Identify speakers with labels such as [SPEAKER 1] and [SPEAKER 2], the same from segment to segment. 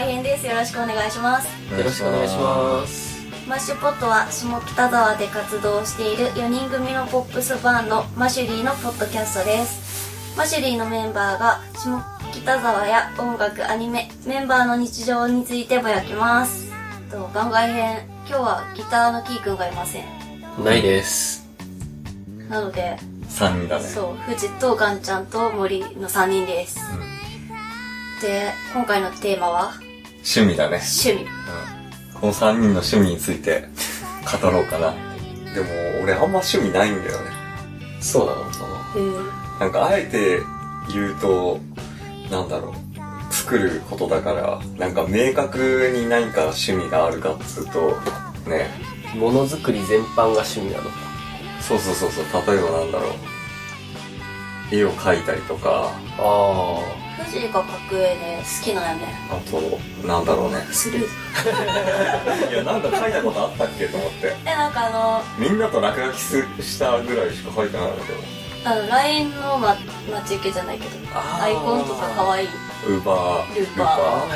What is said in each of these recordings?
[SPEAKER 1] ろしくお願いします
[SPEAKER 2] よろしくお願いします
[SPEAKER 1] マッシュポットは下北沢で活動している4人組のポップスバンドマシュリーのポッドキャストですマシュリーのメンバーが下北沢や音楽アニメメンバーの日常についてぼやきますと番外編今日はギターのキーくんがいません
[SPEAKER 2] ないです
[SPEAKER 1] なので
[SPEAKER 3] 3人だね
[SPEAKER 1] そう藤とガンちゃんと森の3人です、で今回のテーマは
[SPEAKER 3] 趣味だね、
[SPEAKER 1] 趣味
[SPEAKER 3] うん、この3人の趣味について語ろうかなでも俺あんま趣味ないんだよね
[SPEAKER 2] そうなのかな
[SPEAKER 1] うん
[SPEAKER 3] なんかあえて言うとなんだろう作ることだからなんか明確に何か趣味があるかっつうとね
[SPEAKER 2] ものづくり全般が趣味なのか
[SPEAKER 3] そうそうそうそう例えばなんだろう絵を描いたりとか
[SPEAKER 2] あ
[SPEAKER 1] 藤が格上で好きなんやね
[SPEAKER 3] あとなんだろうね
[SPEAKER 1] する
[SPEAKER 3] いやなんか書いたことあったっけと思って
[SPEAKER 1] えなんかあの
[SPEAKER 3] みんなと落書きすしたぐらいしか書いてないんだけど
[SPEAKER 1] あの LINE の、ま、待ち受けじゃないけど
[SPEAKER 3] あー
[SPEAKER 1] アイコンとか可愛い
[SPEAKER 3] ウーバー
[SPEAKER 1] ルーバ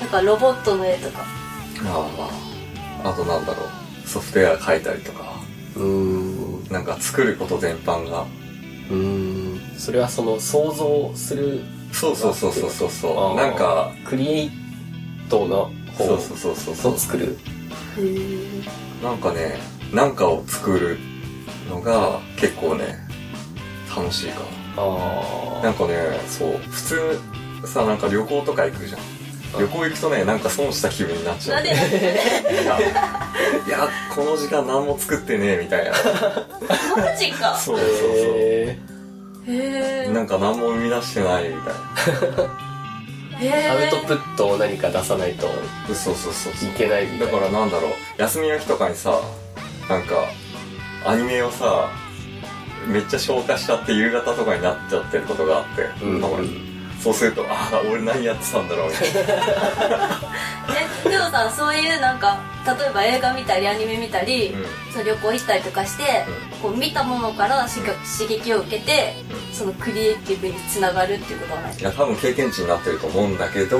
[SPEAKER 1] なんかロボットの絵とか
[SPEAKER 3] ルーバーあああとなんだろうソフトウェア書いたりとか
[SPEAKER 2] うーん
[SPEAKER 3] なんか作ること全般が
[SPEAKER 2] うーんそれはその想像する
[SPEAKER 3] そうそうそうそうそう
[SPEAKER 2] あ
[SPEAKER 3] そ
[SPEAKER 2] ー
[SPEAKER 3] うなんか
[SPEAKER 2] クリエイトの方
[SPEAKER 3] そうそうそうそう
[SPEAKER 2] を作る
[SPEAKER 1] うん
[SPEAKER 3] なんかねなんかを作るのが結構ね楽しいか
[SPEAKER 2] あ
[SPEAKER 3] なな
[SPEAKER 2] あ
[SPEAKER 3] んかねそう普通さなんか旅行とか行くじゃん旅行行くとねなんか損した気分になっちゃ
[SPEAKER 1] な
[SPEAKER 3] う
[SPEAKER 1] んでも
[SPEAKER 3] いやいやこの時間何も作ってねえみたいな
[SPEAKER 1] マジか
[SPEAKER 3] そうそう そう、
[SPEAKER 2] へ
[SPEAKER 1] へえ
[SPEAKER 3] なんか何も生み出してないみたい
[SPEAKER 1] へ
[SPEAKER 2] ー
[SPEAKER 1] え
[SPEAKER 2] アウトプットを何か出さないと
[SPEAKER 3] なそうそうそうそ
[SPEAKER 2] いうけないみた
[SPEAKER 3] だか
[SPEAKER 2] いな
[SPEAKER 3] らなんだろう休みの日とかにさなんかアニメをさめっちゃ消化しちゃって夕方とかになっちゃってることがあって、
[SPEAKER 2] うん
[SPEAKER 3] たまにそうするとああ俺何やってたんだろうみた いな
[SPEAKER 1] えでもさそういうなんか例えば映画見たりアニメ見たり、
[SPEAKER 3] うん
[SPEAKER 1] そう旅行行ったりとかして、こう見たものからしか刺激を受けて、そのクリエイティブにつながるっていうことはない
[SPEAKER 3] いや多分経験値になってると思うんだけど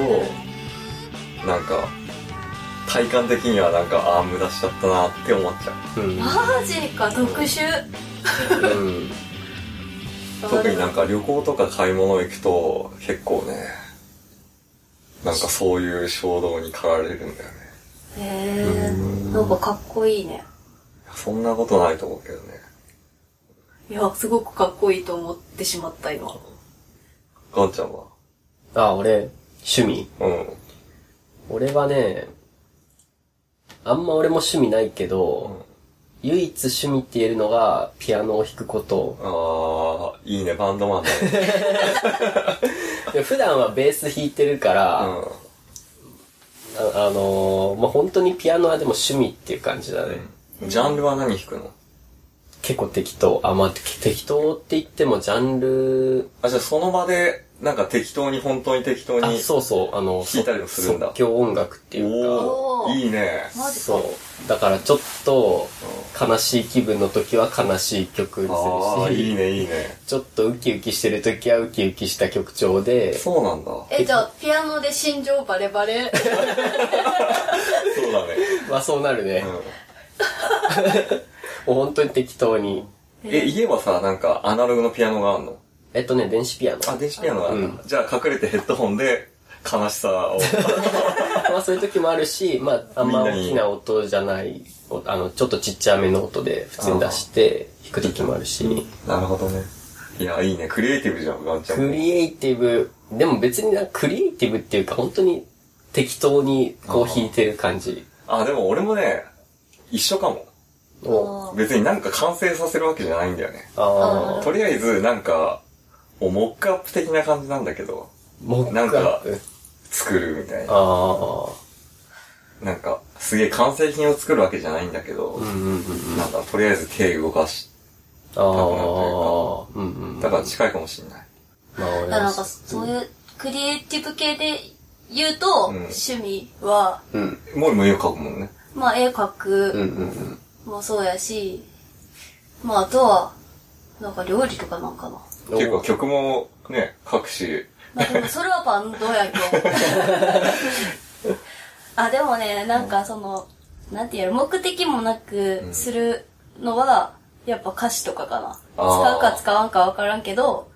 [SPEAKER 3] なんか体感的にはなんかああ無駄しちゃったなって思っちゃう
[SPEAKER 2] うん
[SPEAKER 1] マジか特殊
[SPEAKER 2] うん
[SPEAKER 3] 特になんか旅行とか買い物行くと結構ねなんかそういう衝動に駆られるんだよね
[SPEAKER 1] へえなんかかっこいいね
[SPEAKER 3] そんなことないと思うけどね
[SPEAKER 1] いやすごくかっこいいと思ってしまった今
[SPEAKER 3] ガンちゃんは
[SPEAKER 2] あ俺趣味
[SPEAKER 3] うん
[SPEAKER 2] 俺はねあんま俺も趣味ないけど、唯一趣味って言えるのがピアノを弾くこと
[SPEAKER 3] ああいいねバンドマンだ ね
[SPEAKER 2] で普段はベース弾いてるから、
[SPEAKER 3] う
[SPEAKER 2] あ
[SPEAKER 3] ん
[SPEAKER 2] あのーまあ本当にピアノはでも趣味っていう感じだね、
[SPEAKER 3] ジャンルは何弾くの
[SPEAKER 2] 結構適当あまあて適当って言ってもジャンル
[SPEAKER 3] あじゃあその場でなんか適当に本当に適当に
[SPEAKER 2] あそうそうあの
[SPEAKER 3] 弾いたりもするんだ
[SPEAKER 2] 即興音楽っていうか
[SPEAKER 3] お
[SPEAKER 1] おー
[SPEAKER 3] おいいね
[SPEAKER 1] マジか
[SPEAKER 2] そうだからちょっと悲しい気分の時は悲しい曲に
[SPEAKER 3] ああ
[SPEAKER 2] するし
[SPEAKER 3] いいねいいね
[SPEAKER 2] ちょっとウキウキしてる時はウキウキした曲調で
[SPEAKER 3] そうなんだそ
[SPEAKER 1] えじゃあピアノで心情バレバレ
[SPEAKER 3] うだね
[SPEAKER 2] まあそうなるね
[SPEAKER 3] う、ん
[SPEAKER 2] もう本当に適当に
[SPEAKER 3] え家はさなんかアナログのピアノがあんの
[SPEAKER 2] えっとね電子ピアノ
[SPEAKER 3] あ、電子ピアノがあるんだじゃあ隠れてヘッドホンで悲しさを。
[SPEAKER 2] まあそういう時もあるしまああんま
[SPEAKER 3] みんなに
[SPEAKER 2] 大きな音じゃないおあのちょっとちっちゃめの音で普通に出して弾く時もあるし、
[SPEAKER 3] なるほどね。いや、いいね。クリエイティブじゃん、ガンちゃん
[SPEAKER 2] ク
[SPEAKER 3] も。
[SPEAKER 2] リエイティブ、でも別にな、クリエイティブっていうか、本当に適当にこう弾いてる感じ
[SPEAKER 3] あ、でも俺もね、一緒かも。
[SPEAKER 2] を。
[SPEAKER 3] 別になんか完成させるわけじゃないんだよね。
[SPEAKER 2] ああ、
[SPEAKER 3] とりあえず、なんか、もうモックアップ的な感じなんだけど、
[SPEAKER 2] モック
[SPEAKER 3] な
[SPEAKER 2] ア
[SPEAKER 3] んか
[SPEAKER 2] ップ。
[SPEAKER 3] 作るみたいな。
[SPEAKER 2] ああ、
[SPEAKER 3] なんか、すげえ完成品を作るわけじゃないんだけど、
[SPEAKER 2] うんうんうん。
[SPEAKER 3] なんか、とりあえず手動かし、
[SPEAKER 2] あ
[SPEAKER 3] くなる
[SPEAKER 2] あ、うんうん。
[SPEAKER 3] だから近いかもしんない。
[SPEAKER 2] まあ俺は
[SPEAKER 1] なんかそういうクリエイティブ系で言うと、
[SPEAKER 3] ん
[SPEAKER 1] 趣味は
[SPEAKER 2] うん。
[SPEAKER 3] もう無用書くもんね。
[SPEAKER 1] まあ絵描
[SPEAKER 2] うんう
[SPEAKER 1] く
[SPEAKER 2] んうん。
[SPEAKER 1] もそうやし、まああとはなんか料理とかなんかな
[SPEAKER 3] 結構曲もね、書くし、
[SPEAKER 1] まあでもそれはバンドやけあでもねなんかそのなんていうの目的もなくするのはやっぱ歌詞とかかな
[SPEAKER 3] あ
[SPEAKER 1] 使
[SPEAKER 3] ー
[SPEAKER 1] うか使わんか分からんけど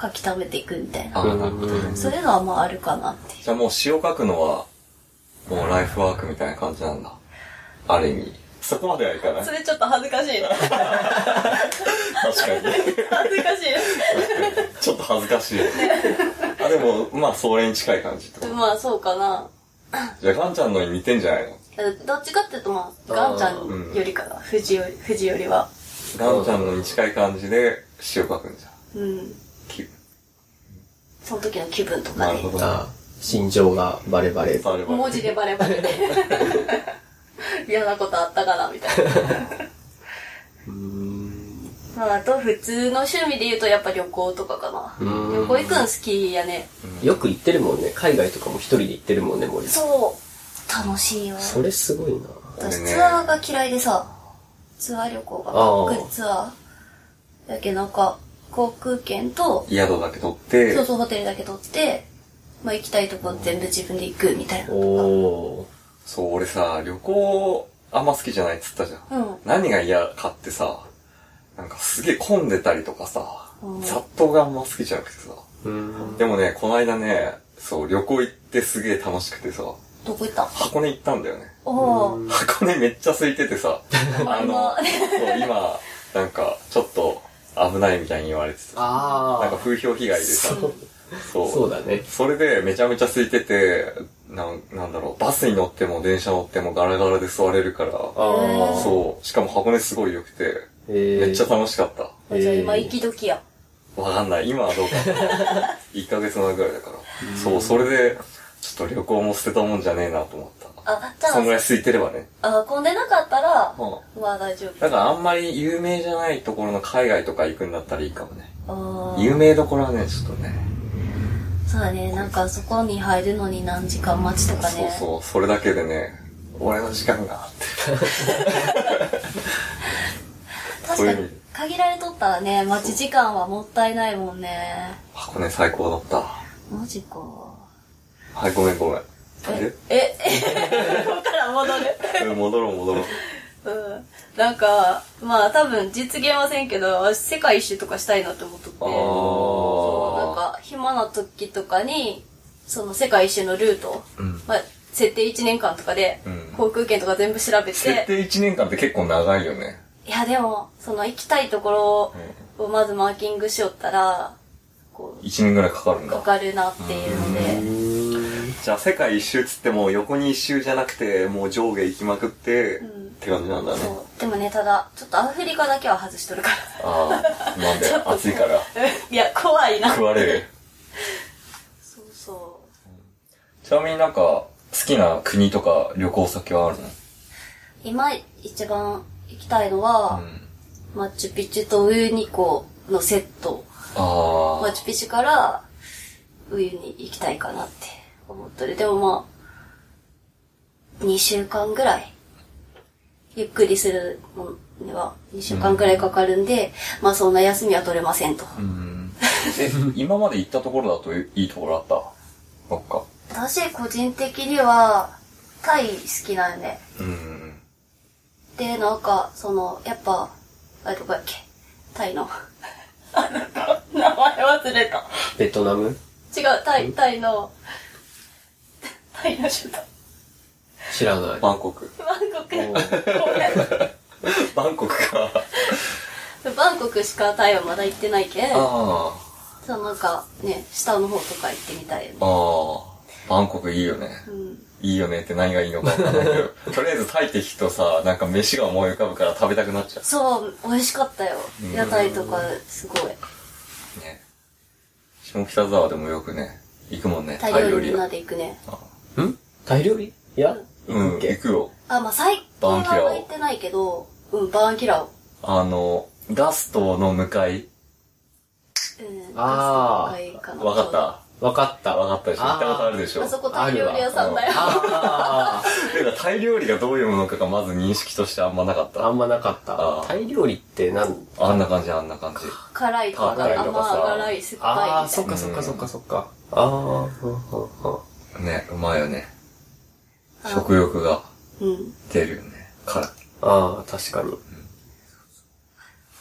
[SPEAKER 1] 書き溜めていくみたいな
[SPEAKER 3] あーなるほどね。
[SPEAKER 1] そういうのはまああるかなっていう
[SPEAKER 3] じゃあもう詩を書くのは、もうライフワークみたいな感じなんだ。ある意味。そこまではいかない。
[SPEAKER 1] それちょっと恥ずかしい
[SPEAKER 3] 確かに。
[SPEAKER 1] 恥ずかし
[SPEAKER 3] ちょっと恥ずか しい。あ、でも、まあ、それに近い感じってこ
[SPEAKER 1] い
[SPEAKER 3] と。
[SPEAKER 1] まあそうかな
[SPEAKER 3] じゃあ、ガンちゃんのに似てんじゃないの
[SPEAKER 1] どっちかっていうとまあガンちゃんよりかな藤より藤よりは
[SPEAKER 3] ガンちゃんのに近い感じで詩を書くんじゃん。
[SPEAKER 1] うん
[SPEAKER 3] き
[SPEAKER 1] その時の気分とか
[SPEAKER 3] なる
[SPEAKER 1] ね
[SPEAKER 3] ほど。
[SPEAKER 2] あ心情がバレバレ。
[SPEAKER 3] バレバレ
[SPEAKER 1] 文字でバレバレで 嫌なことあったかなみたいな
[SPEAKER 2] うん。
[SPEAKER 1] まああと普通の趣味で言うとやっぱ旅行とかかな
[SPEAKER 2] うん
[SPEAKER 1] 旅行行くん好きやね
[SPEAKER 2] よく行ってるもんね。海外とかも一人で行ってるもんね、森さん。
[SPEAKER 1] そう楽しいよ
[SPEAKER 2] それすごいな。
[SPEAKER 1] 私
[SPEAKER 3] 俺ね
[SPEAKER 1] ツアーが嫌いでさツアー旅行が
[SPEAKER 2] あ
[SPEAKER 1] 航
[SPEAKER 2] あ
[SPEAKER 1] 空ツアーだけなんか航空券と
[SPEAKER 3] 宿だけ取って
[SPEAKER 1] そう、そうホテルだけ取って、まあ、行きたいとこ全部自分で行くみたいなうん
[SPEAKER 2] おー。
[SPEAKER 3] そう、俺さ、旅行、あんま好きじゃないっつったじゃん。何が嫌かってさ、なんかすげえ混んでたりとかさ
[SPEAKER 1] うん、
[SPEAKER 3] 雑踏があんま好きじゃなくてさ。
[SPEAKER 2] うん。
[SPEAKER 3] でもね、この間ね、そう、旅行行ってすげえ楽しくてさ、
[SPEAKER 1] どこ行った
[SPEAKER 3] 箱根行ったんだよね。
[SPEAKER 1] おおー
[SPEAKER 3] 箱根めっちゃ空いててさ、あの、そう、今、なんか、ちょっと危ないみたいに言われてさ、
[SPEAKER 2] あ
[SPEAKER 3] なんか風評被害でさ、そう。
[SPEAKER 2] そうだね。
[SPEAKER 3] それでめちゃめちゃ空いてて、なん、なんだろう、バスに乗っても電車乗ってもガラガラで座れるから、
[SPEAKER 2] ああ。
[SPEAKER 3] そう。しかも箱根すごい良くて、
[SPEAKER 2] えー
[SPEAKER 3] めっちゃ楽しかった。
[SPEAKER 2] えー
[SPEAKER 1] じゃあ今行き時や
[SPEAKER 3] わかんない。今はどうか。1ヶ 月前ぐらいだから。そう、それで、ちょっと旅行も捨てたもんじゃねえなと思った。
[SPEAKER 1] あじゃ
[SPEAKER 3] そんぐらい空いてればね。
[SPEAKER 1] ああ混んでなかったら
[SPEAKER 3] は
[SPEAKER 1] まあ大丈
[SPEAKER 3] あ、だからあんまり有名じゃないところの海外とか行くんだったらいいかもね。
[SPEAKER 1] 夫ああ
[SPEAKER 3] 有名どころはね、ちょっとね。
[SPEAKER 1] そうだねなんかそこに入るのに何時間待ちとか
[SPEAKER 3] そ
[SPEAKER 1] ね
[SPEAKER 3] うそう、それだけでね、俺の時間があって。
[SPEAKER 1] 確かに限られとったらね待ち時間はもったいないもんね
[SPEAKER 3] 箱根最高だった。
[SPEAKER 1] マジか
[SPEAKER 3] はい、ごめんごめん。
[SPEAKER 1] え
[SPEAKER 3] え
[SPEAKER 1] え ここから戻る
[SPEAKER 3] うん戻ろう戻ろう。
[SPEAKER 1] うんなんかまあ多分実現はせんけど私世界一周とかしたいなって思っとって
[SPEAKER 3] あー
[SPEAKER 1] そうなんか暇な時とかにその世界一周のルート、
[SPEAKER 3] うん
[SPEAKER 1] まあ、設定1年間とかで
[SPEAKER 3] うん
[SPEAKER 1] 航空券とか全部調べ
[SPEAKER 3] 設
[SPEAKER 1] て、
[SPEAKER 3] 定1年間って結構長いよね。
[SPEAKER 1] いやでもその行きたいところをまずマーキングしよったらこう
[SPEAKER 3] 1年ぐらいかかるんだ。
[SPEAKER 1] かかるなっていうので
[SPEAKER 3] じゃあ世界一周っつっても横に一周じゃなくてもう上下行きまくって、
[SPEAKER 1] ん
[SPEAKER 3] って感じなんだね
[SPEAKER 1] そうでもねただちょっとアフリカだけは外しとるか
[SPEAKER 3] ああなんで
[SPEAKER 1] ちょっと
[SPEAKER 3] 暑いから
[SPEAKER 1] らいや怖いな
[SPEAKER 3] 食われる
[SPEAKER 1] そうそう
[SPEAKER 3] ちなみになんか好きな国とか旅行先はあるの
[SPEAKER 1] 今一番行きたいのは、
[SPEAKER 3] ん
[SPEAKER 1] マチュピチュとウユニ湖のセット。
[SPEAKER 3] あ
[SPEAKER 1] マチュピチュからウユニ行きたいかなって思っとる。でもまあ、2週間ぐらい、ゆっくりするのには2週間ぐらいかかるんで、まあそんな休みは取れませんと。
[SPEAKER 3] あうん え今まで行ったところだといいところあったどっか
[SPEAKER 1] 私個人的には、タイ好きなんよね。
[SPEAKER 3] うん
[SPEAKER 1] で、なんか、その、やっぱ、あれどこやっけタイの。あなんか名前忘れた。
[SPEAKER 2] ベトナム
[SPEAKER 1] 違う、タイ、タイの、タイの首都。
[SPEAKER 2] 知らない。
[SPEAKER 3] バンコク
[SPEAKER 1] バンコク
[SPEAKER 2] おー
[SPEAKER 1] ごめ
[SPEAKER 3] バンコクか
[SPEAKER 1] ん。バンコクしかタイはまだ行ってないけん、
[SPEAKER 3] あ
[SPEAKER 1] そのなんかね、下の方とか行ってみたいよね。
[SPEAKER 3] あああバンコクいいよね
[SPEAKER 1] うん。
[SPEAKER 3] いいよねって何がいいのか分かんないけど とりあえずタイって聞くとさなんか飯が思い浮かぶから食べたくなっちゃ
[SPEAKER 1] そう、美味しかったよ。
[SPEAKER 3] うん
[SPEAKER 1] 屋台とか、すごい。
[SPEAKER 3] うね下北沢でもよくね行くもんね
[SPEAKER 1] タ
[SPEAKER 3] タ
[SPEAKER 1] イ
[SPEAKER 3] イ
[SPEAKER 1] 料
[SPEAKER 3] 料
[SPEAKER 1] 理
[SPEAKER 3] 理
[SPEAKER 1] みんな
[SPEAKER 3] 屋
[SPEAKER 1] で行くね。
[SPEAKER 2] んタイ料理いや、
[SPEAKER 3] うん
[SPEAKER 2] け
[SPEAKER 3] 行くよ
[SPEAKER 1] あ、まあ最近はあんま行ってないけど、うん、バーンキラオ。
[SPEAKER 3] あのガストの向か
[SPEAKER 1] う
[SPEAKER 3] い
[SPEAKER 1] ん。
[SPEAKER 2] あー
[SPEAKER 1] ガストの会な
[SPEAKER 3] わかった
[SPEAKER 2] わかった。
[SPEAKER 3] わかったでしょ行ったことあるでしょ
[SPEAKER 1] あそこタイ料理屋さんだよ。
[SPEAKER 2] あ
[SPEAKER 3] てかタイ料理がどういうものかがまず認識としてあんまなかっ
[SPEAKER 2] ーあ
[SPEAKER 3] た
[SPEAKER 2] んまなかった
[SPEAKER 3] あ。ー
[SPEAKER 2] タイ料理ってなん
[SPEAKER 3] あんな感じあんな感じ
[SPEAKER 1] 辛いとか、
[SPEAKER 3] 辛いとかさ
[SPEAKER 1] 甘辛い、酸っぱいみたいな。
[SPEAKER 2] ああ、そっかそっかそっかそっか。ああ、うんうんうん。
[SPEAKER 3] ね、うまいよね。
[SPEAKER 1] あ
[SPEAKER 3] 食欲が
[SPEAKER 1] うん。
[SPEAKER 3] 出るよね。から。
[SPEAKER 2] ああ、確かに。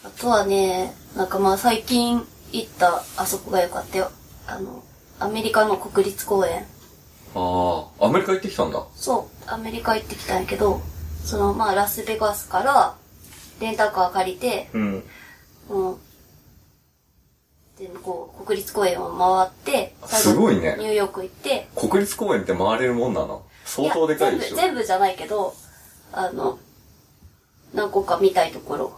[SPEAKER 1] あとはね、なんかまあ最近行ったあそこが良かったよ。あの、アメリカの国立公園。
[SPEAKER 3] ああ、アメリカ行ってきたんだ。
[SPEAKER 1] そう、アメリカ行ってきたんやけど、そのまあラスベガスからレンタカー借りて、
[SPEAKER 3] うん。
[SPEAKER 1] うん。全部こう、国立公園を回って、
[SPEAKER 3] すごいね
[SPEAKER 1] ニューヨーク行って、
[SPEAKER 3] 国立公園って回れるもんなの相当でかいでし
[SPEAKER 1] や全
[SPEAKER 3] ょ。
[SPEAKER 1] 部、全部じゃないけど、あの、何個か見たいところ。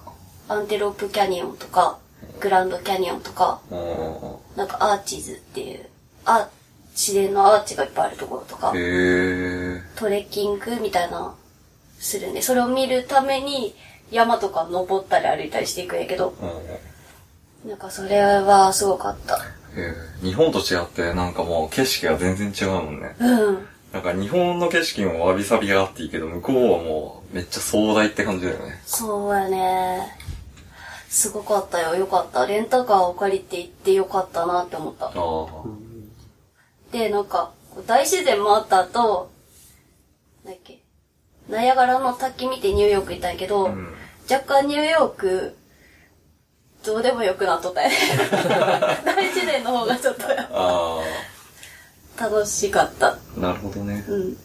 [SPEAKER 1] アンテロープキャニオンとか、グランドキャニオンとか、
[SPEAKER 3] うんうんうん。
[SPEAKER 1] なんかアーチーズっていう、あ、自然のアーチがいっぱいあるところとか、
[SPEAKER 3] へえ。
[SPEAKER 1] トレッキングみたいな、するんで、それを見るために、山とか登ったり歩いたりしていくんやけど、
[SPEAKER 3] うんうん。へ
[SPEAKER 1] なんかそれはすごかった。
[SPEAKER 3] え。日本と違ってなんかもう景色が全然違うもんね。
[SPEAKER 1] うん。
[SPEAKER 3] なんか日本の景色もわびさびがあっていいけど、向こうはもうめっちゃ壮大って感じだよね。
[SPEAKER 1] そうやね。すごかったよ。よかった。レンタカーを借りて行ってよかったなって思った
[SPEAKER 3] あ。あ。
[SPEAKER 1] で、なんか、こう大自然回った後、なんだっけ、ナイアガラの滝見てニューヨーク行ったんやけど、
[SPEAKER 3] ん
[SPEAKER 1] 若干ニューヨーク、どうでもよくなっと ったよね。大自然の方がちょっと
[SPEAKER 3] あ
[SPEAKER 1] 楽しかった。
[SPEAKER 3] あ。なるほどね。
[SPEAKER 1] うん。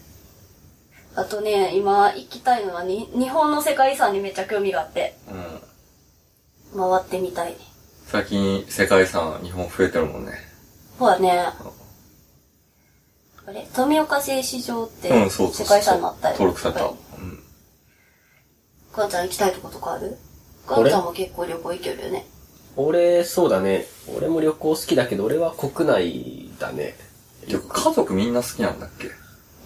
[SPEAKER 1] あとね、今行きたいのはに、日本の世界遺産にめっちゃ興味があって、
[SPEAKER 3] うん。
[SPEAKER 1] 回ってみたい。
[SPEAKER 3] 最近世界遺産日本増えてるもんね。
[SPEAKER 1] そうだね。あれ富岡製糸場って、
[SPEAKER 3] うん、そうそ
[SPEAKER 1] 世
[SPEAKER 3] うそう。
[SPEAKER 1] 界遺産になったよ。
[SPEAKER 3] 登録された。
[SPEAKER 1] やっ
[SPEAKER 3] う
[SPEAKER 1] ぱ
[SPEAKER 3] ん。
[SPEAKER 1] りかんちゃん行きたいとことかあるか
[SPEAKER 2] 俺
[SPEAKER 1] んちゃんも結構旅行行けるよね。
[SPEAKER 2] 俺、そうだね。俺も旅行好きだけど、俺は国内だね。
[SPEAKER 3] てか家族みんな好きなんだっけ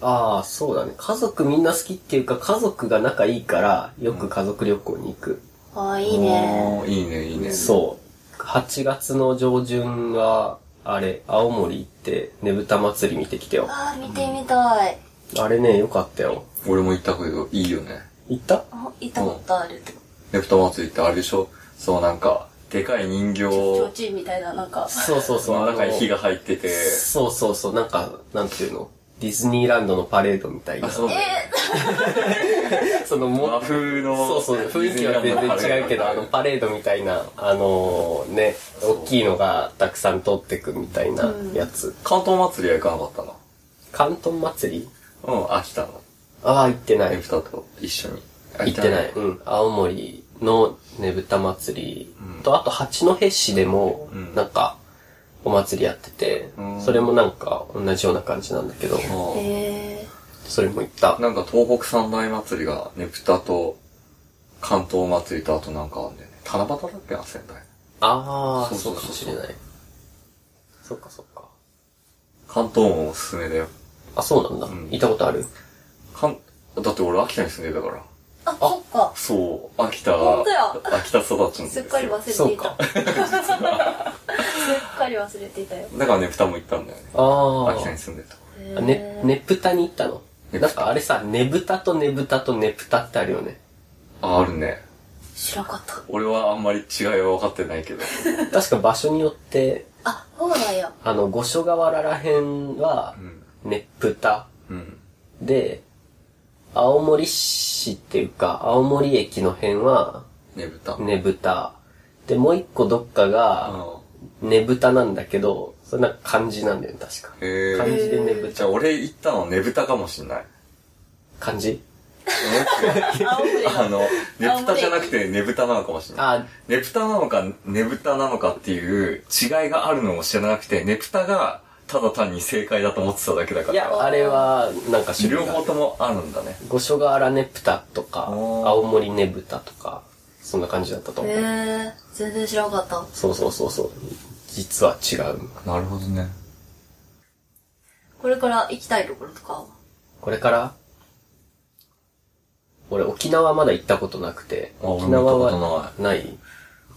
[SPEAKER 2] ああ、そうだね。家族みんな好きっていうか、家族が仲いいから、よく家族旅行に行く。
[SPEAKER 1] ああ、いいね。
[SPEAKER 3] おー。いいね、いいね。
[SPEAKER 2] そう。8月の上旬は、あれ、青森行って、ねぶた祭り見てきてよ。
[SPEAKER 1] ああ、見てみたい。
[SPEAKER 2] あれね、よかったよ。
[SPEAKER 3] 俺も行ったけど、いいよね。
[SPEAKER 2] 行った
[SPEAKER 1] あ、行ったことあるって。
[SPEAKER 3] ネプト祭りってあれでしょそう、なんか、でかい人形
[SPEAKER 1] 提灯みたいな、なんか。
[SPEAKER 2] そうそうそう。
[SPEAKER 3] の中に火
[SPEAKER 2] が。
[SPEAKER 3] が入ってて、
[SPEAKER 2] そうそうそう。なんか、なんていうのディズニーランドのパレードみたいな。
[SPEAKER 3] あ、そうだよね
[SPEAKER 2] そのも
[SPEAKER 3] 和風の、
[SPEAKER 2] そうそう、雰囲気は全然違うけど、あの、パレードみたいな、あのーね、大きいのがたくさん通ってくみたいなやつ。
[SPEAKER 3] 関東祭りは行かなかったな。
[SPEAKER 2] 関東祭り
[SPEAKER 3] うん、秋田の。
[SPEAKER 2] ああ、行ってな
[SPEAKER 3] ネ
[SPEAKER 2] い
[SPEAKER 3] プ。トと一緒に。あ
[SPEAKER 2] 行ってない。。うん。青森のねぶた祭りと、あと八戸市でも
[SPEAKER 3] ん、
[SPEAKER 2] なんか、お祭りやってて
[SPEAKER 3] うん、
[SPEAKER 2] それもなんか同じような感じなんだけど、
[SPEAKER 3] もう
[SPEAKER 1] え
[SPEAKER 2] それも行った。
[SPEAKER 3] なんか東北三大祭りが、ネプタと関東祭りとあとなんかあるんだよね。七夕だっけな、仙台。
[SPEAKER 2] ああ、
[SPEAKER 3] そ
[SPEAKER 2] そう
[SPEAKER 3] そうそう
[SPEAKER 2] うかもしれない。そっかそっか。
[SPEAKER 3] 関東もおすすめだよ。
[SPEAKER 2] あ、そうなんだ。
[SPEAKER 3] ん
[SPEAKER 2] 行ったことある
[SPEAKER 3] 関、だって俺秋田に住んでたから。
[SPEAKER 1] ー。あ、そっか。
[SPEAKER 3] そう、秋田、
[SPEAKER 1] 本当や
[SPEAKER 3] 秋田育ちなんです
[SPEAKER 1] す
[SPEAKER 3] よ
[SPEAKER 1] っかり忘れ
[SPEAKER 2] そ
[SPEAKER 1] て
[SPEAKER 2] う
[SPEAKER 1] いた
[SPEAKER 2] か。。
[SPEAKER 1] すっかり忘れていたよ。
[SPEAKER 3] だからね、蓋も行ったんだよね。
[SPEAKER 2] ああ。
[SPEAKER 3] 秋田に住んでた。
[SPEAKER 1] へ
[SPEAKER 2] あ
[SPEAKER 1] ー
[SPEAKER 2] ね、ねぷたに行ったの
[SPEAKER 3] ねぷた
[SPEAKER 2] なんかあれさ、ねぶたとねぶたとねぷたってあるよね。
[SPEAKER 3] あ、あるね。
[SPEAKER 1] 知らんかった。
[SPEAKER 3] 俺はあんまり違いは分かってないけど。
[SPEAKER 2] 確か場所によって、
[SPEAKER 1] あ、そうなんや。
[SPEAKER 2] あの、五所川原らへんは
[SPEAKER 3] う、ん。
[SPEAKER 2] ねぷた
[SPEAKER 3] うん。
[SPEAKER 2] で、青森市っていうか、青森駅の辺は、
[SPEAKER 3] ねぶた。
[SPEAKER 2] ねぶた。で、もう一個どっかが、
[SPEAKER 3] あ
[SPEAKER 2] ねぶたなんだけど、それなんか漢字なんだよね、確か。
[SPEAKER 3] ーへ
[SPEAKER 2] 漢
[SPEAKER 3] え。
[SPEAKER 2] 字でねぶ
[SPEAKER 3] じゃあ
[SPEAKER 2] た。
[SPEAKER 3] 俺行ったのねぶたかもしんない。
[SPEAKER 2] 漢字
[SPEAKER 1] 青 森
[SPEAKER 3] あ
[SPEAKER 1] の。
[SPEAKER 3] の、ねぶたじゃなくてねぶたなのかもしんない。
[SPEAKER 2] あ、
[SPEAKER 3] ねぶたなのか、ねぶたなのかっていう違いがあるのも知らなくて、ねぶたがただ単に正解だと思ってただけだか
[SPEAKER 2] い
[SPEAKER 3] ら。
[SPEAKER 2] や、あれは、なんか種類
[SPEAKER 3] 両
[SPEAKER 2] がある
[SPEAKER 3] 方ともあるんだね。
[SPEAKER 2] 五所川原ねぷたとか、
[SPEAKER 3] おー
[SPEAKER 2] 青森ねぶたとか、そんな感じだったと
[SPEAKER 1] へ
[SPEAKER 2] 思う。
[SPEAKER 1] え、全然知らんかった。
[SPEAKER 2] そうそうそうそう。実は違う。
[SPEAKER 3] なるほどね。
[SPEAKER 1] これから行きたいところとか
[SPEAKER 2] これから俺沖縄まだ行ったことなくて、
[SPEAKER 3] あ俺も
[SPEAKER 2] 沖
[SPEAKER 3] 行
[SPEAKER 2] 縄
[SPEAKER 3] ったこと
[SPEAKER 2] はない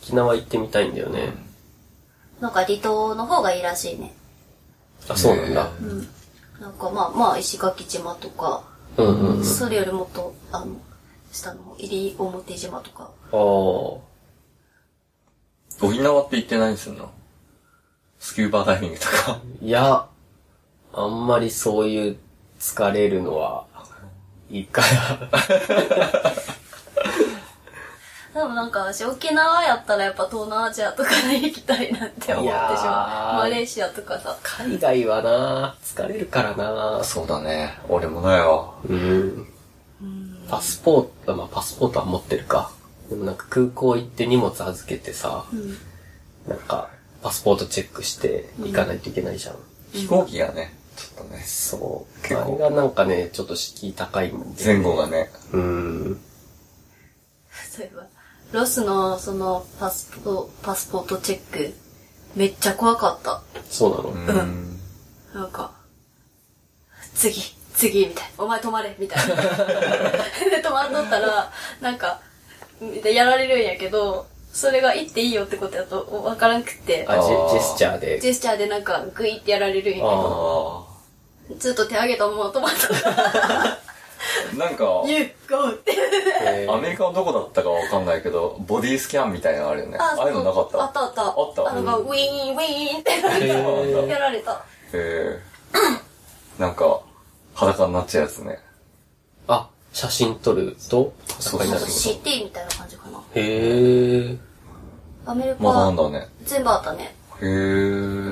[SPEAKER 2] 沖縄行ってみたいんだよね。
[SPEAKER 1] なんか離島の方がいいらしいね。
[SPEAKER 2] あ、そうなんだ。
[SPEAKER 3] へ
[SPEAKER 1] なんかまあまあ石垣島とか、
[SPEAKER 2] うんうんうん。
[SPEAKER 1] それよりもっと、あの、下の入表島とか。
[SPEAKER 2] あー
[SPEAKER 3] 沖縄って行って何すんのスキューバーダイビングとか。
[SPEAKER 2] いや、あんまりそういう疲れるのは、いいから。
[SPEAKER 1] 多分なんか私沖縄やったらやっぱ東南アジアとかで行きたいなって思ってしまう。
[SPEAKER 2] いやー
[SPEAKER 1] マレーシアとかさ。
[SPEAKER 2] 海外はな、疲れるからな。
[SPEAKER 3] そうだね。俺もないわ。
[SPEAKER 2] うん。パスポート、まあパスポートは持ってるか。でもなんか空港行って荷物預けてさ、
[SPEAKER 1] うん。
[SPEAKER 2] なんかパスポートチェックして行かないといけないじゃん。
[SPEAKER 3] 飛行機がね、ちょっとね、
[SPEAKER 2] そう。
[SPEAKER 3] 結構
[SPEAKER 2] あれがなんかね、ちょっと敷居高いんで。
[SPEAKER 3] 前後がね、
[SPEAKER 2] うん。
[SPEAKER 1] そういえば、ロスのそのパスポ、パスポートチェック、めっちゃ怖かった。
[SPEAKER 2] そうな
[SPEAKER 3] う。
[SPEAKER 2] の、
[SPEAKER 1] うんなんか、次、次、みたいな。お前止まれ、みたいな。 で、止まんとったら、なんか、やられるんやけど、それが行っていいよってことだと分からんくって、
[SPEAKER 2] あジェ
[SPEAKER 3] あー
[SPEAKER 2] ジェスチャーで。
[SPEAKER 1] ジェスチャーでなんか、グイってやられるんやけ
[SPEAKER 3] あ
[SPEAKER 1] ど、
[SPEAKER 3] あ
[SPEAKER 1] ずっと手上げたまま止まったから、
[SPEAKER 3] ー。なんか、
[SPEAKER 1] You go! って。
[SPEAKER 2] えー
[SPEAKER 3] アメリカのどこだったかわかんないけど、ボディスキャンみたいなのあるよね。あ
[SPEAKER 1] そう
[SPEAKER 3] あいうのなかった
[SPEAKER 1] あったあった。
[SPEAKER 3] あった
[SPEAKER 1] あの、ウィーン、ウィーンってなんか、
[SPEAKER 2] へー
[SPEAKER 1] やられた。
[SPEAKER 3] えー、なんか、裸になっちゃうやつね。
[SPEAKER 2] あ、写真撮ると、
[SPEAKER 3] そう
[SPEAKER 2] 高い
[SPEAKER 1] な
[SPEAKER 2] なんる
[SPEAKER 1] か
[SPEAKER 2] ほ
[SPEAKER 1] CT みたいな感じかな。
[SPEAKER 2] ど。へえ。
[SPEAKER 1] アメリカ、
[SPEAKER 3] まだなんだね。
[SPEAKER 1] 全部あったね。
[SPEAKER 3] へ
[SPEAKER 1] 乗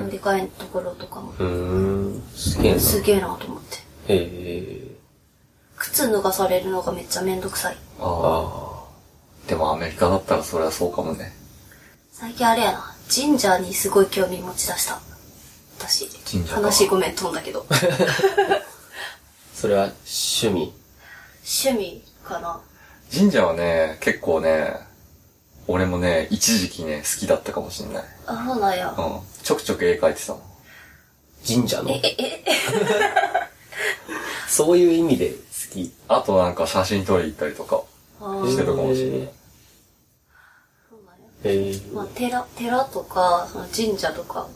[SPEAKER 3] ー。
[SPEAKER 1] り換えのところとかも。
[SPEAKER 2] うーん。すげえな。
[SPEAKER 1] すげえなと思って。
[SPEAKER 2] へえ。
[SPEAKER 1] 靴脱がされるのがめっちゃめんどくさい。
[SPEAKER 3] あ
[SPEAKER 2] あ
[SPEAKER 3] あ。でもアメリカだったらそれはそうかもね。
[SPEAKER 1] 最近あれやな、神社にすごい興味持ち出した。私
[SPEAKER 3] 神、社か
[SPEAKER 1] 話ごめん飛んだけど。
[SPEAKER 2] あ。それは趣味。
[SPEAKER 1] 趣味かな。
[SPEAKER 3] 神社はね、結構ね、俺もね、一時期ね、好きだったかもしれない。
[SPEAKER 1] あ、そうなんや
[SPEAKER 3] う。ん。ちょくちょく絵描いてたもん。
[SPEAKER 2] 神社の
[SPEAKER 1] え、。え、え、
[SPEAKER 2] そういう意味で好き。
[SPEAKER 3] あとなんか写真撮り行ったりとか。
[SPEAKER 1] あー
[SPEAKER 3] してるかもしれない
[SPEAKER 1] そうなんや。
[SPEAKER 2] へえ。
[SPEAKER 1] まあ、寺、寺とか、その神社とか。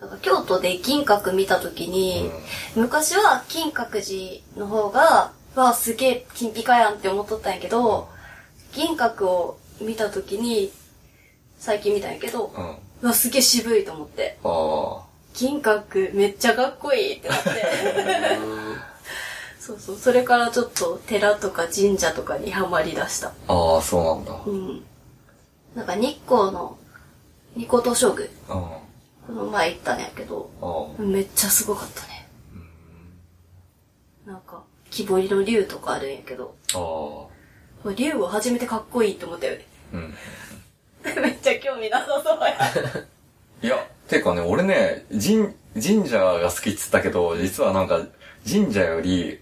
[SPEAKER 1] なんか京都で銀閣見たときに、昔は金閣寺の方が、わあ、すげえ金ピカやんって思っとったんやけど、銀閣を見たときに、最近見たんやけど
[SPEAKER 3] う、ん。あ
[SPEAKER 1] うわ、すげえ渋いと思って。
[SPEAKER 3] あ。
[SPEAKER 1] 金閣めっちゃかっこいいってなって。そうそう、それからちょっと寺とか神社とかにハマりだした。
[SPEAKER 3] ああ、そうなんだ。
[SPEAKER 1] うん。なんか日光の、日光東照宮、
[SPEAKER 3] うん。あ
[SPEAKER 1] この前行ったんやけど、
[SPEAKER 3] あ。
[SPEAKER 1] めっちゃすごかったね。なんか、木彫りの竜とかあるんやけど、
[SPEAKER 3] ああ。
[SPEAKER 1] 竜を初めてかっこいいって思ったよね。
[SPEAKER 3] うん。
[SPEAKER 1] めっちゃ興味なさそうや。
[SPEAKER 3] いや、てかね、俺ね、神、神社が好きっつったけど、実はなんか、神社より、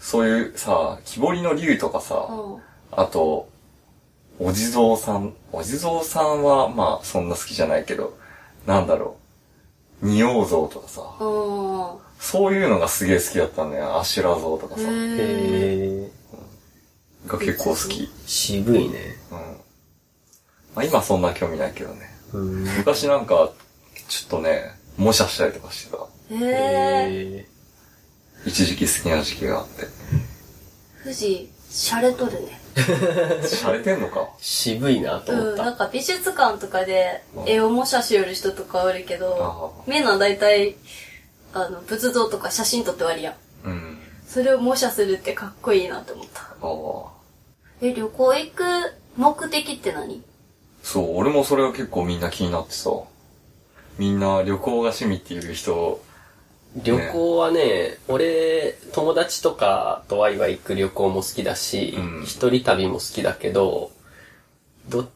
[SPEAKER 3] そういうさ、木彫りの竜とかさ、
[SPEAKER 1] うん。
[SPEAKER 3] あと、お地蔵さん、お地蔵さんは、まあ、そんな好きじゃないけど、なんだろう、仁王像とかさ、
[SPEAKER 1] うん。
[SPEAKER 3] そういうのがすげえ好きだったんだよ、アシュラ像とかさ、
[SPEAKER 1] へー
[SPEAKER 2] へえ。
[SPEAKER 3] が結構好き。
[SPEAKER 2] 渋いね。
[SPEAKER 3] うん。まあ、今そんな興味ないけどね。
[SPEAKER 2] うーん。
[SPEAKER 3] 昔なんか、ちょっとね、模写したりとかしてた。
[SPEAKER 1] へー。
[SPEAKER 2] へえ。
[SPEAKER 3] 一時期好きな時期があって。
[SPEAKER 1] 富士、シャレとるね。
[SPEAKER 3] 洒落てんのか。
[SPEAKER 2] 渋いなと思
[SPEAKER 1] う
[SPEAKER 2] っ
[SPEAKER 1] ん、な
[SPEAKER 2] た。
[SPEAKER 1] んか美術館とかで絵を模写しよる人とかおるけど
[SPEAKER 3] あ、
[SPEAKER 1] 目の大体、あの、仏像とか写真撮って終わりやん。
[SPEAKER 3] うん。
[SPEAKER 1] それを模写するってかっこいいなって思った。
[SPEAKER 3] ああ。
[SPEAKER 1] え、旅行行く目的って何
[SPEAKER 3] そう、俺もそれは結構みんな気になってさ。みんな旅行が趣味っていう人、
[SPEAKER 2] 旅行はね、俺、友達とかとワイワイ行く旅行も好きだし
[SPEAKER 3] うん、
[SPEAKER 2] 一人旅も好きだけど、ど、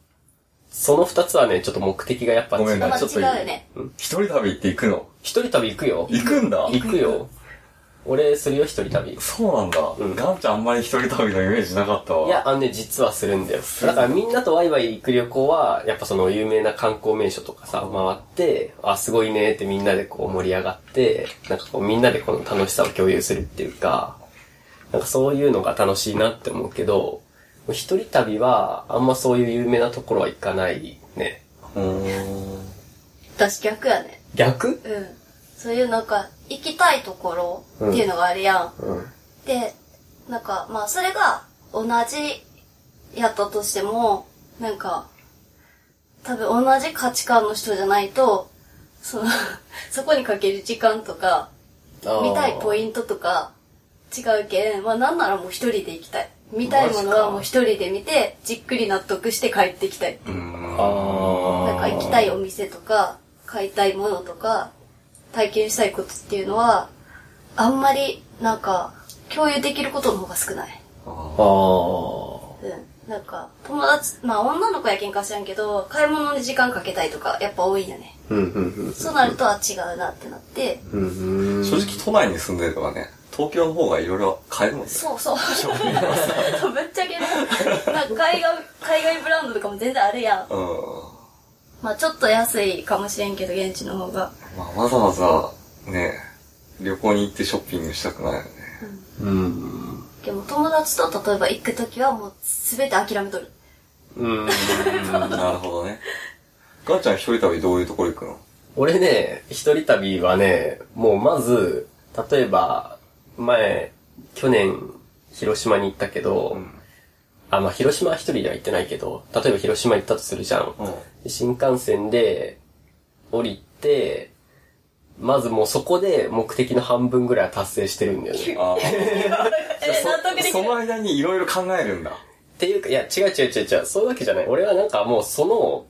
[SPEAKER 2] その二つはね、ちょっと目的がやっぱ
[SPEAKER 3] ごめ
[SPEAKER 2] 違
[SPEAKER 3] ん
[SPEAKER 2] う
[SPEAKER 3] な。
[SPEAKER 1] あ、まあ
[SPEAKER 3] ちょっと
[SPEAKER 1] 違
[SPEAKER 3] いうい
[SPEAKER 1] よね。
[SPEAKER 3] 一人旅行って行くの
[SPEAKER 2] 一人旅行くよ。
[SPEAKER 3] 行くんだ
[SPEAKER 2] 行くよ。俺、するよ、一人旅。
[SPEAKER 3] そうなんだ。
[SPEAKER 2] ん
[SPEAKER 3] ガンちゃんあんまり一人旅のイメージなかったわ。
[SPEAKER 2] いや、、あのね、実はするんだよ。だからみんなとワイワイ行く旅行は、やっぱその有名な観光名所とかさ、回って、あ、すごいねってみんなでこう盛り上がって、なんかこうみんなでこの楽しさを共有するっていうか、なんかそういうのが楽しいなって思うけど、一人旅はあんまそういう有名なところは行かないね。
[SPEAKER 3] うーん。
[SPEAKER 1] 私逆やね。
[SPEAKER 2] 逆
[SPEAKER 1] うん。そういうなんか、行きたいところっていうのがあるやん。
[SPEAKER 2] うん。
[SPEAKER 1] で、なんか、まあ、それが同じやったとしても、なんか、多分 同じ価値観の人じゃないと、その、そこにかける時間とか、
[SPEAKER 2] あー
[SPEAKER 1] 見たいポイントとか違うけん、まあなんならもう一人で行きたい。見たいものはもう一人で見て、じっくり納得して帰ってきたい。
[SPEAKER 3] うん。
[SPEAKER 2] あ
[SPEAKER 1] なんか行きたいお店とか、買いたいものとか、体験したいことっていうのは、あんまり、なんか、共有できることの方が少ない。
[SPEAKER 2] ああ。
[SPEAKER 1] うん。なんか、友達、まあ女の子やけんか知らんけど、買い物に時間かけたいとか、やっぱ多いよね。
[SPEAKER 2] うん、うん、
[SPEAKER 1] そうなると、あ、違うなってなって、
[SPEAKER 2] うん。うん、うん。
[SPEAKER 3] 正直都内に住んでればね、東京の方がいろいろ買えるもんね。
[SPEAKER 1] そうそう。 ぶっちゃけね、なんか海外、海外ブランドとかも全然あるやん。
[SPEAKER 3] うん。
[SPEAKER 1] まあちょっと安いかもしれんけど、現地の方が。
[SPEAKER 3] まあ、わざわざ、ね、旅行に行ってショッピングしたくないよね。
[SPEAKER 2] うん。
[SPEAKER 1] でも友達と例えば行くときはもう全て諦めとる。
[SPEAKER 2] うん。
[SPEAKER 3] なるほどね。ガンちゃん一人旅どういうところ行くの
[SPEAKER 2] 俺ね、一人旅はね、もうまず、例えば、前、去年、広島に行ったけど、あ、まあ、広島は一人では行ってないけど、例えば広島行ったとするじゃん。で新幹線で降りて、まずもうそこで目的の半分ぐらいは達成してるんだよね。
[SPEAKER 3] あー
[SPEAKER 1] え、納得でき
[SPEAKER 3] そ
[SPEAKER 1] る。
[SPEAKER 3] の間にいろいろ考えるんだ。
[SPEAKER 2] っていうか、いや、違う違う違う違う、そういうわけじゃない。俺はなんかもうその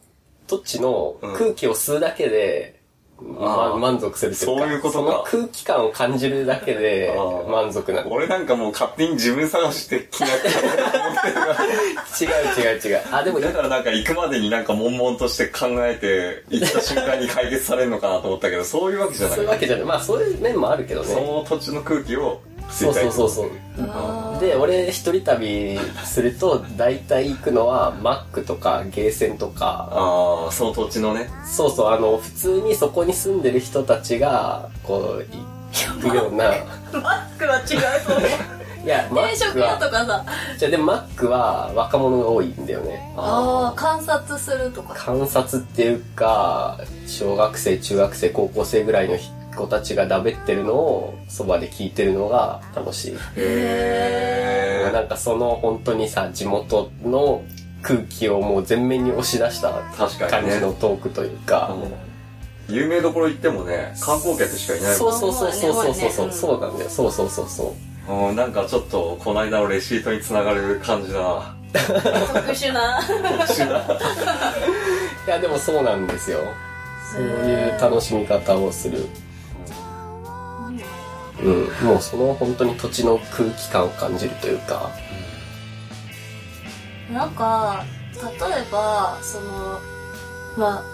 [SPEAKER 2] 土地の空気を吸うだけで、ま
[SPEAKER 3] あー
[SPEAKER 2] 満足するというか、
[SPEAKER 3] そういうことか
[SPEAKER 2] その空気感を感じるだけで
[SPEAKER 3] あー
[SPEAKER 2] 満足なの。
[SPEAKER 3] 俺なんかもう勝手に自分探してきなきゃ思ってるから。
[SPEAKER 2] 違う違う違う。あ、 でも
[SPEAKER 3] だからなんか行くまでになんか悶々として考えて、行った瞬間に解決されるのかなと思ったけど、そういうわけじゃな
[SPEAKER 2] そう
[SPEAKER 3] い
[SPEAKER 2] いう。わけじゃない。まあそういう面もあるけどね。
[SPEAKER 3] その土地の空気を吸
[SPEAKER 2] そ
[SPEAKER 3] いうたい
[SPEAKER 2] そうそう
[SPEAKER 3] う。
[SPEAKER 2] そう。
[SPEAKER 1] あ
[SPEAKER 2] で、俺一人旅すると、大体行くのは、マックとか、ゲーセンとか、
[SPEAKER 3] ああ、その土地のね。
[SPEAKER 2] そうそう、あの、普通にそこに住んでる人たちが、こう、行くような、
[SPEAKER 1] ーマックは違うと思う。
[SPEAKER 2] いや、マ
[SPEAKER 1] 定
[SPEAKER 2] ッ
[SPEAKER 1] 食
[SPEAKER 2] ク
[SPEAKER 1] 屋と
[SPEAKER 2] は、
[SPEAKER 1] かさ、
[SPEAKER 2] じゃあでもマックは若者が多いんだよね。
[SPEAKER 1] ああ、観察するとか。
[SPEAKER 2] 観察っていうか、小学生、中学生、高校生ぐらいの子たちがだべってるのを、そばで聞いてるのが楽しい。
[SPEAKER 3] へ
[SPEAKER 2] なんかその本当にさ地元の空気をもう全面に押し出した
[SPEAKER 3] 確か
[SPEAKER 2] 感
[SPEAKER 3] にね
[SPEAKER 2] じのトークというか、
[SPEAKER 3] 有名どころ行ってもね、観光客しかいない
[SPEAKER 2] そ
[SPEAKER 3] も
[SPEAKER 2] うんそうそうそうそうそうそう、
[SPEAKER 1] うん
[SPEAKER 2] そうなんだよそうそうそうそう
[SPEAKER 3] うんなんかちょっと、この間のレシートにつながる感じだな。
[SPEAKER 1] 特殊な。
[SPEAKER 2] いやでもそうなんですよそういう楽しみ方をするうんもうその本当に土地の空気感を感じるというか
[SPEAKER 1] なんか、例えば、その、まあ、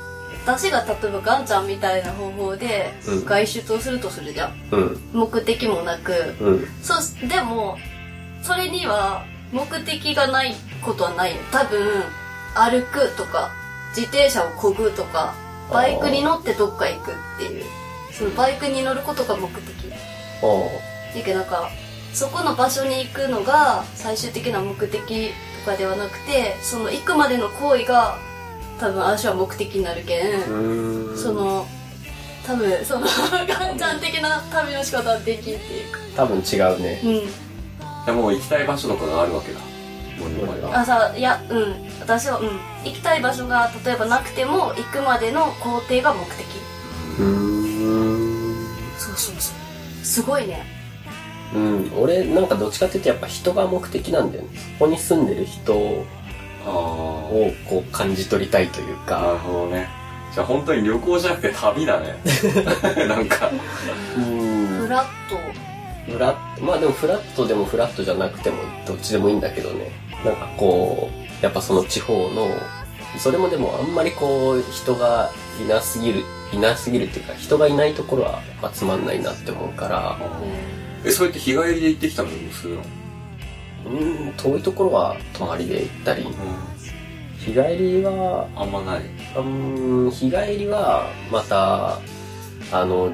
[SPEAKER 1] 私が例えばガンちゃんみたいな方法で
[SPEAKER 2] うん
[SPEAKER 1] 外出をするとするじゃん。
[SPEAKER 2] うん
[SPEAKER 1] 目的もなく。
[SPEAKER 2] うん
[SPEAKER 1] そうし、でも、それには目的がないことはないよ。多分、歩くとか、自転車を漕ぐとか、バイクに乗ってどっか行くっていう。そのバイクに乗ることが目的。
[SPEAKER 2] おう
[SPEAKER 1] だけどなんかそこの場所に行くのが最終的な目的とかではなくてその行くまでの行為が多分私は目的になるけん、
[SPEAKER 2] うーん
[SPEAKER 1] その多分その ガンちゃん的な旅の仕方はできんっていうか
[SPEAKER 2] 多分違うね
[SPEAKER 1] うん
[SPEAKER 3] でもう行きたい場所とかがあるわけだ。
[SPEAKER 2] 俺は
[SPEAKER 1] あさいやうん私はうん行きたい場所が例えばなくても行くまでの工程が目的
[SPEAKER 2] うーん
[SPEAKER 1] そうそうそうすごいね
[SPEAKER 2] うん、俺なんかどっちかっていうとやっぱ人が目的なんだよねそこに住んでる人を
[SPEAKER 3] あ
[SPEAKER 2] こう感じ取りたいという
[SPEAKER 3] あ、なる
[SPEAKER 2] か、
[SPEAKER 3] ほどね。じゃあ本当に旅行じゃなくて旅だね。なんか、
[SPEAKER 2] うん
[SPEAKER 1] フラット
[SPEAKER 2] フラットまあでもフラットでもフラットじゃなくてもどっちでもいいんだけどねなんかこうやっぱその地方のそれもでもあんまりこう人がいなすぎるいなすぎるっていうか人がいないところはやっぱつまんないなって思うから
[SPEAKER 3] え、そうやって日帰りで行ってきたのにするの
[SPEAKER 2] うん遠いところは泊まりで行ったり日帰りは
[SPEAKER 3] あんまない。
[SPEAKER 2] うん日帰りはまたあの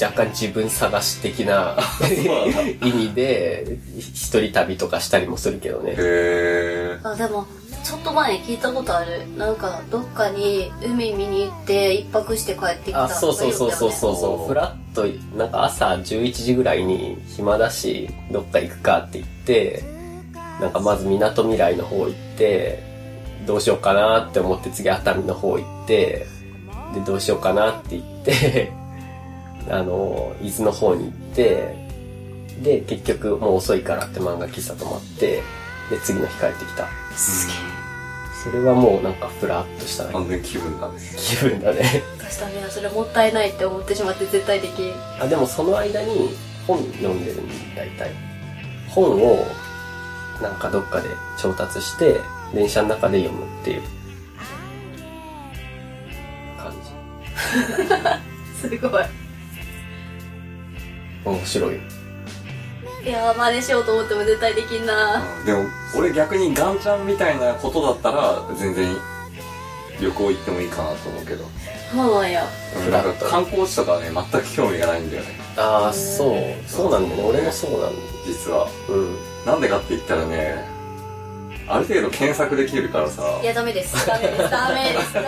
[SPEAKER 2] 若干自分探し的な
[SPEAKER 3] うなん
[SPEAKER 2] 意味で一人旅とかしたりもするけどね
[SPEAKER 3] へ
[SPEAKER 1] あでもちょっと前に聞いたことあるなんかどっかに海見に行って一泊して帰ってきた
[SPEAKER 2] あそうそうそうそうそ
[SPEAKER 3] そ
[SPEAKER 2] う
[SPEAKER 3] う
[SPEAKER 2] そう
[SPEAKER 3] よ
[SPEAKER 2] フ
[SPEAKER 3] く
[SPEAKER 2] ラッとなんか朝11時ぐらいに暇だしどっか行くかって言ってなんかまずみなとみらいの方行ってどうしようかなって思って次熱海の方行ってでどうしようかなって言って あの、伊豆の方に行って、で、結局もう遅いからって漫画喫茶泊まって、で、次の日帰ってきた。
[SPEAKER 1] すげえ
[SPEAKER 2] それはもうなんかふらっとした
[SPEAKER 3] 完全気分なんです。
[SPEAKER 2] 気分だね。
[SPEAKER 1] 確かにねそれもったいないって思ってしまって絶対できん
[SPEAKER 2] あ、でもその間に本読んでるんだ、大体。本を、なんかどっかで調達して、電車の中で読むっていう感じ。
[SPEAKER 1] すごい
[SPEAKER 2] 面白い。
[SPEAKER 1] いやー真似しようと思っても絶対できんな
[SPEAKER 3] でも、俺逆にガンちゃんみたいなことだったら、全然旅行行ってもいいかなと思うけど。
[SPEAKER 1] そうなんや
[SPEAKER 3] うんなんか観光地とかはね、全く興味がないんだよね、
[SPEAKER 2] ああ、そう。そうなんだね。俺もそうなんだ。
[SPEAKER 3] 実は。
[SPEAKER 2] うん。
[SPEAKER 3] なんでかって言ったらね、ある程度検索できるからさ、
[SPEAKER 1] いやダメですダメですダメですそれ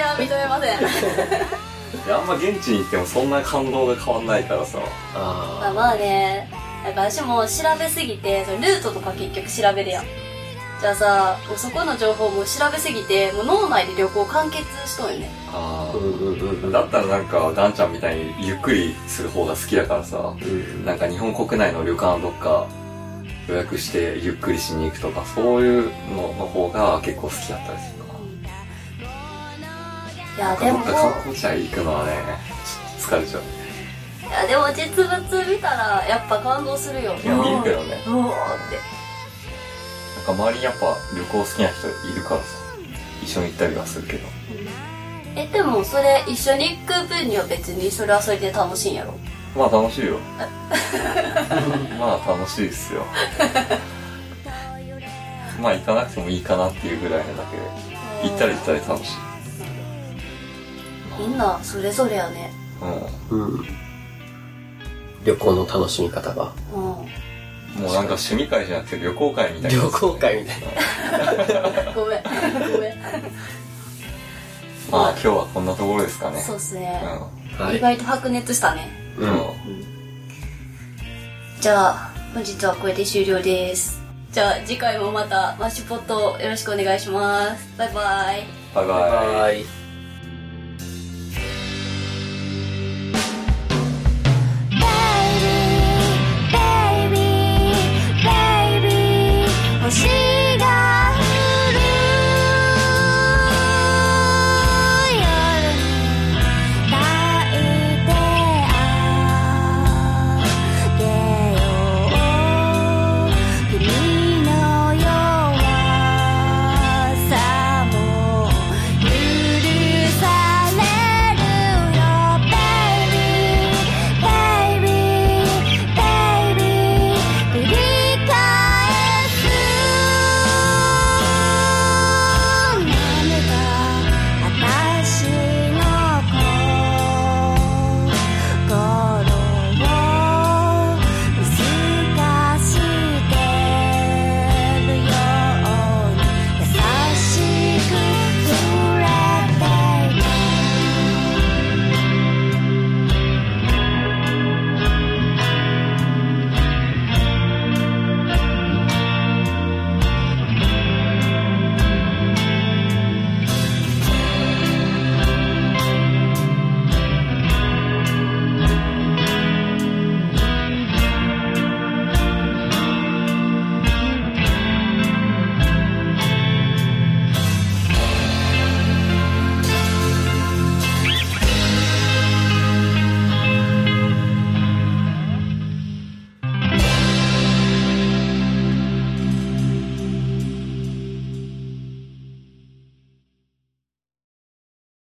[SPEAKER 1] は認めません
[SPEAKER 3] いやあんま現地に行ってもそんな感動が変わんないからさ。
[SPEAKER 1] まあ
[SPEAKER 2] あ
[SPEAKER 1] まあねなんか私も調べすぎてそのルートとか結局調べるやんじゃあさもうそこの情報も調べすぎてもう脳内で旅行完結しとんよね
[SPEAKER 3] あ
[SPEAKER 2] あ。うんうんうんうん。
[SPEAKER 3] だったらなんか、ガンちゃんみたいにゆっくりする方が好きだからさ、
[SPEAKER 2] うん
[SPEAKER 3] なんか日本国内の旅館どっか予約してゆっくりしに行くとか、そういうのの方が結構好きだったりするか
[SPEAKER 1] いや
[SPEAKER 3] な。
[SPEAKER 1] で
[SPEAKER 3] な
[SPEAKER 1] も
[SPEAKER 3] んか観光地へ行くのはね、ちょっと疲れちゃう。
[SPEAKER 1] いやでも実物見たらやっぱ感動するよ
[SPEAKER 3] いや、見るけどね。
[SPEAKER 1] おーって
[SPEAKER 3] なんか周りにやっぱ旅行好きな人いるからさ、一緒に行ったりはするけど。
[SPEAKER 1] えでもそれ一緒に行く分には別にそれはそれで楽しいんやろ
[SPEAKER 3] まあ楽しいよ。まあ楽しいっすよ。まあ行かなくてもいいかなっていうぐらいのだけで、行ったり行ったり楽しい。
[SPEAKER 1] みんなそれぞれやね
[SPEAKER 3] う
[SPEAKER 2] うん。旅行の楽しみ方が。
[SPEAKER 1] うん
[SPEAKER 3] ん。もうなんか趣味会じゃなくて旅行会みたいな。
[SPEAKER 2] 旅行会みたいな。
[SPEAKER 1] ご めんごめん
[SPEAKER 3] まあ今日はこんなところですかね。
[SPEAKER 1] そうっすね、
[SPEAKER 2] は
[SPEAKER 1] 意
[SPEAKER 2] い。
[SPEAKER 1] 外と白熱したね
[SPEAKER 3] うん。うん。
[SPEAKER 1] じゃあ本日はこれで終了ですじゃあ次回もまたマッシュポットをよろしくお願いしますバイバイ
[SPEAKER 3] バイバイ。
[SPEAKER 2] はい。